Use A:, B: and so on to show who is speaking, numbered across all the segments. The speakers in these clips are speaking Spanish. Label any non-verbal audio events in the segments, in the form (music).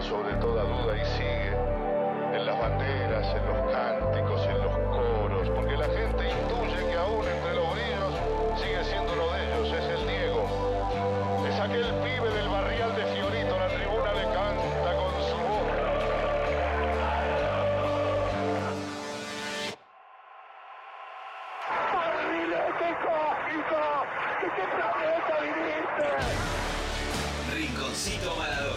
A: sobre toda duda y sigue en las banderas, en los cánticos, en los coros, porque la gente intuye que aún entre los brillos sigue siendo uno de ellos, es el Diego. Es aquel pibe del barrial de Fiorito, la tribuna le canta con su voz.
B: ¡Barrilete cósmico! ¿De qué planeta viniste?
C: Rinconcito Maradona.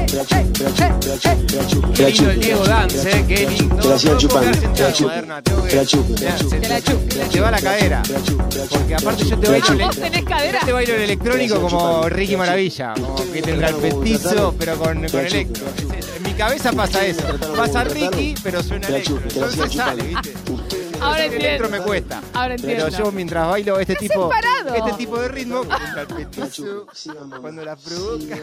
D: Qué lindo el Diego Dance, eh, qué lindo.
E: Te la sigan
D: No puedo
E: chupando,
D: quedar
E: te la
D: sentado,
E: chupo,
D: Moderna, tengo que-
E: te la chupo, te la
D: Mirá,
E: chupo,
D: se-
F: te la chupo,
D: se te va la cadera. Porque aparte yo te bailo,
F: Ah,
D: el-
F: vos tenés cadera.
D: yo te bailo el electrónico como Ricky Maravilla, como que tendrá el petizo, pero con, con electro. Es- En mi cabeza pasa eso. Pasa Ricky, pero suena electro. Entonces sale, ¿viste?
F: Ahora
D: El electro me
F: entiendo.
D: cuesta.
F: Ahora
D: Pero
F: entiendo.
D: yo mientras bailo este
F: Estás
D: tipo,
F: separado.
D: este tipo de ritmo, el petizo, cuando la provoca.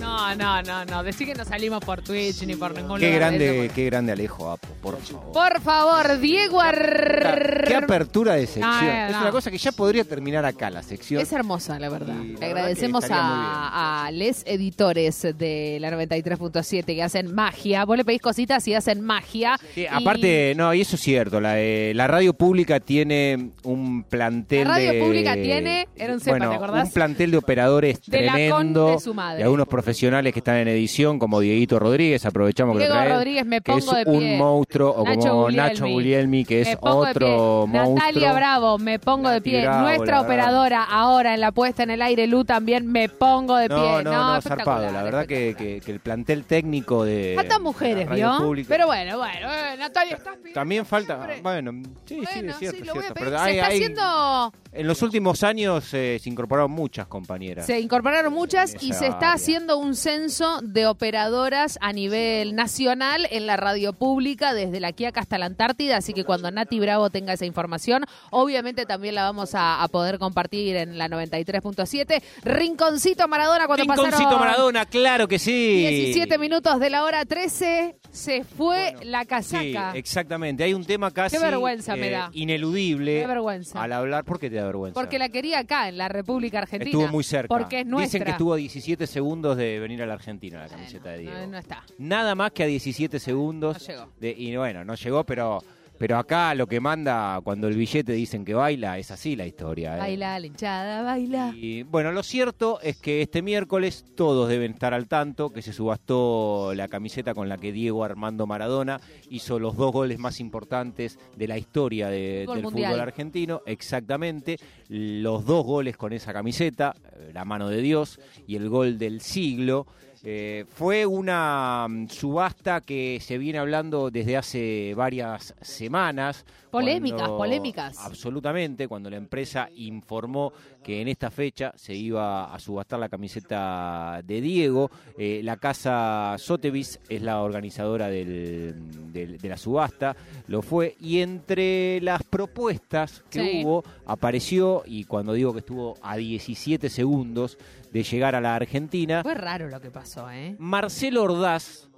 F: No, no, no, no. Decí que no salimos por Twitch ni por ningún
D: Qué
F: lugar de
D: grande,
F: eso,
D: qué grande Alejo Apo, por favor.
F: por- Por favor, Diego Ar...
D: Qué apertura de sección.
F: No, no,
D: Es
F: no.
D: una cosa que ya podría terminar acá la sección.
F: Es hermosa, la verdad.
D: Y la
F: Le
D: verdad
F: agradecemos
D: que estaría muy bien.
F: a, a les editores de la 93.7 que hacen magia. Vos le pedís cositas y hacen magia.
D: Sí,
F: Y
D: aparte, no, y eso es cierto, la, eh, la radio pública tiene un plantel
F: La radio
D: de-
F: pública tiene- era un cepa,
D: bueno,
F: ¿te acordás?
D: un plantel de operadores
F: De la
D: tremendo
F: con de su madre.
D: y algunos profesionales que están en edición como Dieguito Rodríguez, aprovechamos que
F: Diego
D: lo trae,
F: Rodríguez, me
D: que es
F: pongo de pie.
D: un monstruo o
F: Nacho
D: como
F: Guglielmi.
D: Nacho Guglielmi que es
F: me pongo de
D: otro
F: pie.
D: monstruo.
F: Natalia Bravo, me pongo de
D: Nati
F: pie.
D: Bravo,
F: Nuestra
D: la verdad.
F: operadora ahora en la puesta en el aire, Lu, también me pongo de pie.
D: No, no, no,
F: espectacular,
D: zarpado, la verdad que,
F: espectacular.
D: que- que el plantel técnico de
F: Faltan
D: de
F: mujeres,
D: la radio
F: ¿vio?
D: pública-
F: Pero bueno, bueno, eh, Natalia, estás pidiendo
D: también falta,
F: siempre.
D: bueno, sí, sí,
F: Bueno,
D: es cierto,
F: sí,
D: es
F: lo voy a
D: cierto,
F: pedir.
D: pero
F: Se
D: hay-
F: está
D: hay-
F: haciendo...
D: En los últimos años eh, se incorporaron muchas compañeras.
F: Se incorporaron muchas
D: En
F: y
D: esa
F: se está
D: área.
F: haciendo un censo de operadoras a nivel nacional en la radio pública, desde la Quiaca hasta la Antártida. Así que cuando Nati Bravo tenga esa información, obviamente también la vamos a, a poder compartir en la 93.7. Rinconcito Maradona, cuando
D: Rinconcito
F: pasaron
D: Maradona, claro que sí.
F: 17 minutos de la hora 13, se fue la
D: Sí,
F: casaca.
D: exactamente. Hay un tema casi eh,
F: Qué vergüenza me da.
D: ineludible
F: Qué vergüenza.
D: al hablar. ¿Por qué te da vergüenza?
F: porque la quería acá, en la República Argentina.
D: Estuvo muy cerca.
F: Porque es nuestra.
D: Dicen que estuvo a 17 segundos de venir a la Argentina la camiseta de Diego.
F: no, no está.
D: Nada más que a 17 segundos.
F: No llegó.
D: de- y bueno, no llegó, pero, pero acá lo que manda cuando el billete dicen que baila, es así la historia. ¿eh?
F: Baila, linchada, baila.
D: Y bueno, lo cierto es que este miércoles todos deben estar al tanto que se subastó la camiseta con la que Diego Armando Maradona hizo los dos goles más importantes de la historia de-
F: Fútbol
D: del
F: mundial.
D: fútbol argentino, exactamente, los dos goles con esa camiseta, eh, la mano de Dios y el gol del siglo. Eh, fue una mm, subasta que se viene hablando desde hace varias semanas.
F: Polémicas, polémicas.
D: Absolutamente, cuando la empresa informó que en esta fecha se iba a subastar la camiseta de Diego, eh, la casa Sotheby's es la organizadora del- del- de la subasta, lo fue, y entre las propuestas que
F: Sí.
D: hubo apareció, y cuando digo que estuvo a 17 segundos de llegar a la Argentina,
F: Fue raro lo que pasó, ¿eh?
D: Marcelo Ordaz,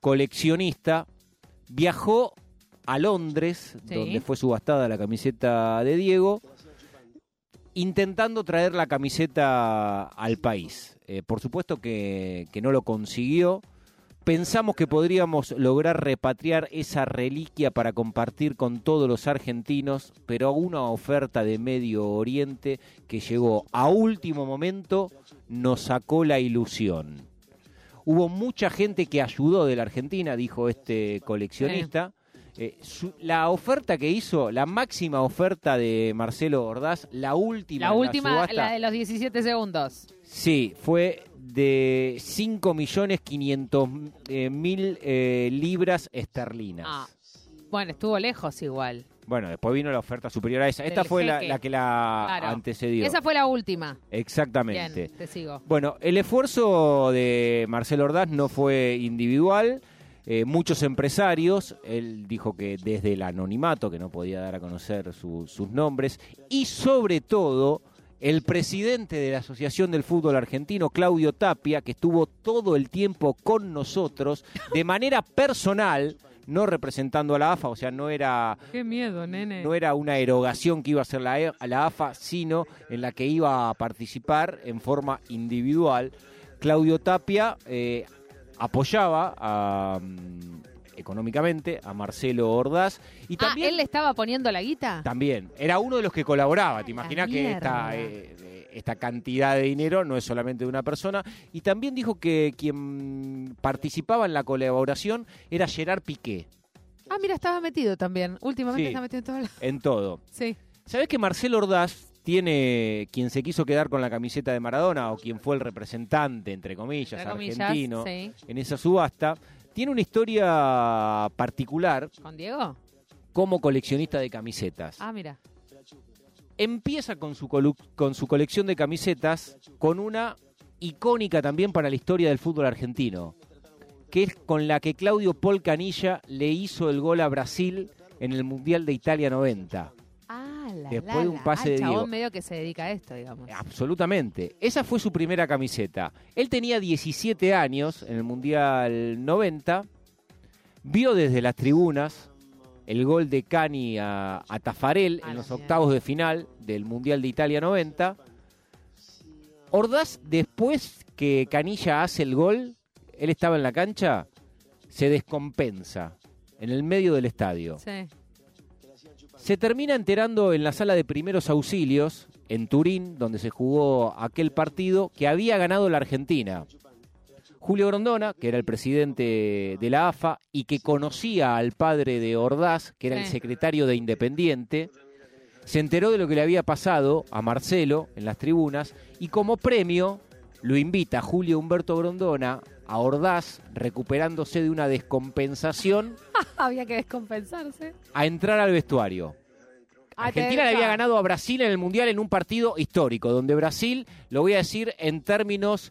D: coleccionista, viajó a Londres,
F: Sí.
D: donde fue subastada la camiseta de Diego, intentando traer la camiseta al país. Eh, por supuesto que, que no lo consiguió. Pensamos que podríamos lograr repatriar esa reliquia para compartir con todos los argentinos, pero una oferta de Medio Oriente que llegó a último momento nos sacó la ilusión. Hubo mucha gente que ayudó de la Argentina, dijo este coleccionista. Eh, su- la oferta que hizo, la máxima oferta de Marcelo Ordaz, la última.
F: La
D: en
F: última,
D: subasta,
F: la de los 17 segundos.
D: Sí, fue de 5.500.000 eh, mil, eh, libras esterlinas.
F: Ah, bueno, estuvo lejos igual.
D: Bueno, después vino la oferta superior a esa. Esta
F: Del
D: fue la,
F: jeque.
D: la que la
F: Claro.
D: antecedió.
F: Esa fue la última. Bien,
D: Exactamente.
F: te sigo.
D: Bueno, el esfuerzo de Marcelo Ordaz no fue individual. Eh, muchos empresarios, él dijo que desde el anonimato, que no podía dar a conocer su- sus nombres, y sobre todo el presidente de la Asociación del Fútbol Argentino, Claudio Tapia, que estuvo todo el tiempo con nosotros de manera personal, no representando a la AFA, o sea, no era
F: Qué miedo, nene.
D: no era una erogación que iba a hacer la, E- la AFA, sino en la que iba a participar en forma individual. Claudio Tapia eh, apoyaba a, mm, económicamente a Marcelo Ordaz y
F: Ah,
D: también,
F: ¿él le estaba poniendo la guita?
D: también era uno de los que colaboraba. Te
F: la
D: imaginas que esta,
F: mierda.
D: eh, esta cantidad de dinero no es solamente de una persona. Y también dijo que quien participaba en la colaboración era Gerard Piqué
F: Ah, mira, estaba metido también. Últimamente
D: Sí.
F: está metido en todo. el-
D: en todo.
F: Sí.
D: ¿Sabés que Marcelo Ordaz tiene quien se quiso quedar con la camiseta de Maradona o quien fue el representante, entre comillas,
F: Entre comillas,
D: argentino
F: sí.
D: en esa subasta? Tiene una historia particular
F: ¿Con Diego?
D: como coleccionista de camisetas.
F: Ah, mira.
D: Empieza con su, colu- con su colección de camisetas con una icónica también para la historia del fútbol argentino, que es con la que Claudio Polcanilla le hizo el gol a Brasil en el Mundial de Italia 90.
F: Ah, la,
D: Después
F: la,
D: de un
F: la.
D: pase
F: Ah, el
D: de
F: chabón
D: Diego. Ah,
F: medio que se dedica a esto, digamos.
D: Absolutamente. Esa fue su primera camiseta. Él tenía 17 años en el Mundial 90. Vio desde las tribunas el gol de Cani a, a Tafarel
F: A la
D: en los
F: mierda.
D: octavos de final del Mundial de Italia 90. Ordaz, después que Canilla hace el gol, él estaba en la cancha, se descompensa en el medio del estadio.
F: Sí.
D: Se termina enterando en la sala de primeros auxilios, en Turín, donde se jugó aquel partido, que había ganado la Argentina. Julio Grondona, que era el presidente de la AFA y que conocía al padre de Ordaz, que era el
F: Sí.
D: secretario de Independiente, se enteró de lo que le había pasado a Marcelo en las tribunas y como premio lo invita Julio Humberto Grondona a Ordaz, recuperándose de una descompensación,
F: Había que descompensarse.
D: a entrar al vestuario.
F: Ah,
D: Argentina le había ganado a Brasil en el Mundial en un partido histórico, donde Brasil, lo voy a decir en términos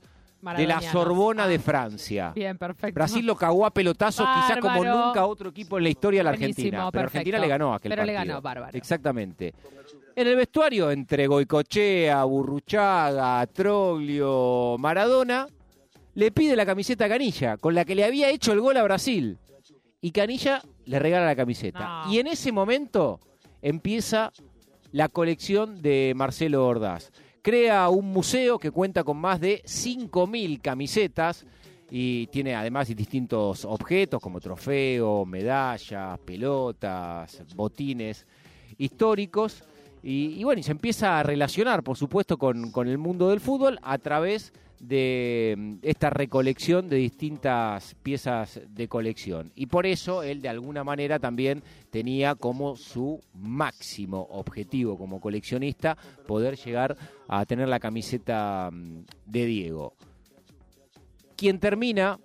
D: de la Sorbona de Francia.
F: Ah, Bien, perfecto.
D: Brasil lo cagó a pelotazos, quizás como
F: Bárbaro.
D: nunca otro equipo en la historia de la Argentina.
F: Buenísimo,
D: Pero Argentina
F: perfecto.
D: le ganó a aquel
F: Pero le
D: partido.
F: ganó, bárbaro.
D: Exactamente. En el vestuario, entre Goicochea, Burruchaga, Troglio, Maradona, le pide la camiseta a Canilla, con la que le había hecho el gol a Brasil. Y Canilla le regala la camiseta.
F: No.
D: Y en ese momento empieza la colección de Marcelo Ordaz. Crea un museo que cuenta con más de 5.000 camisetas y tiene además distintos objetos como trofeos, medallas, pelotas, botines históricos. Y, y bueno, y se empieza a relacionar, por supuesto, con, con el mundo del fútbol a través de mm, esta recolección de distintas piezas de colección. Y por eso él, de alguna manera, también tenía como su máximo objetivo como coleccionista poder llegar a tener la camiseta mm, de Diego. Quien termina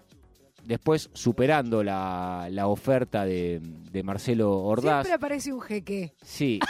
D: después superando la, la oferta de, de Marcelo Ordaz.
E: Siempre aparece un jeque.
D: Sí.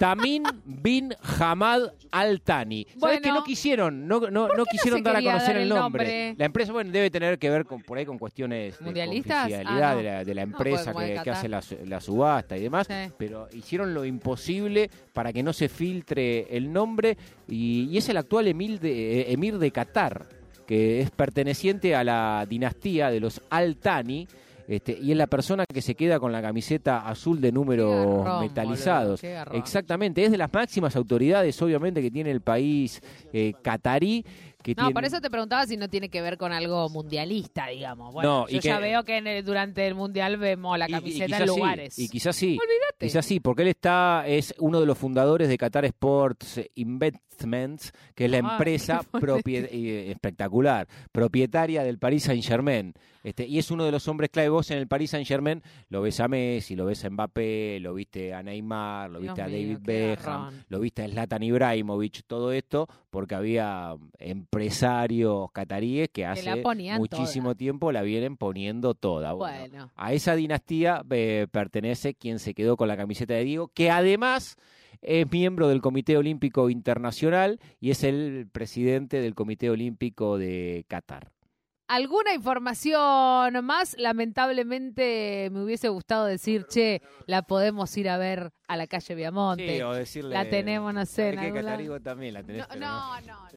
D: Tamim bin Hamad Al Thani. ¿Sabés
F: Bueno.
D: que no quisieron, no, no, no
F: se
D: quisieron dar a
F: quería
D: conocer
F: dar
D: el
F: el
D: nombre.
F: nombre?
D: La empresa, bueno, debe tener que ver con, por ahí con cuestiones de
F: ¿Mundialistas?
D: confidencialidad
F: Ah, no.
D: de, la, de la
F: No,
D: empresa
F: porque como
D: que,
F: de
D: que hace
F: Qatar.
D: la, su- la subasta y demás.
F: Sí.
D: Pero hicieron lo imposible para que no se filtre el nombre. Y, y es el actual emir de, eh, emir de Qatar, que es perteneciente a la dinastía de los Al Thani. Este, y es la persona que se queda con la camiseta azul de número
F: Qué garrón, boludo,
D: metalizados.
F: qué garrón.
D: Exactamente, es de las máximas autoridades, obviamente, que tiene el país eh, catarí. Que
F: No,
D: tiene-
F: por eso te preguntaba si no tiene que ver con algo mundialista, digamos. Bueno,
D: No, y
F: yo ya
D: que-
F: veo que en el- durante el mundial vemos la
D: Y- y
F: camiseta
D: quizás
F: en
D: sí,
F: lugares.
D: y quizás sí.
F: Olvídate.
D: Quizás sí, porque él está, es uno de los fundadores de Qatar Sports Investments, que es la
F: Ah,
D: empresa
F: (laughs) qué
D: propie- eh, espectacular, propietaria del Paris Saint Germain. Este, y es uno de los hombres clave. Vos en el Paris Saint Germain lo ves a Messi, lo ves a Mbappé, lo viste a Neymar, lo
F: Dios
D: viste a
F: mío,
D: David
F: qué
D: Beckham,
F: garrón.
D: lo viste a Zlatan Ibrahimovic, todo esto porque había em- empresarios cataríes que hace
F: la ponían
D: muchísimo
F: toda.
D: tiempo la vienen poniendo toda. Bueno,
F: Bueno.
D: A esa dinastía eh, pertenece quien se quedó con la camiseta de Diego, que además es miembro del Comité Olímpico Internacional y es el presidente del Comité Olímpico de Qatar.
F: ¿Alguna información más? Lamentablemente me hubiese gustado decir, che, la podemos ir a ver a la calle Viamonte.
D: o decirle,
F: La tenemos, no sé, en
D: Que
F: algún lado.
D: Catarigo también la tenés,
F: No,
D: pero no.
F: no, no.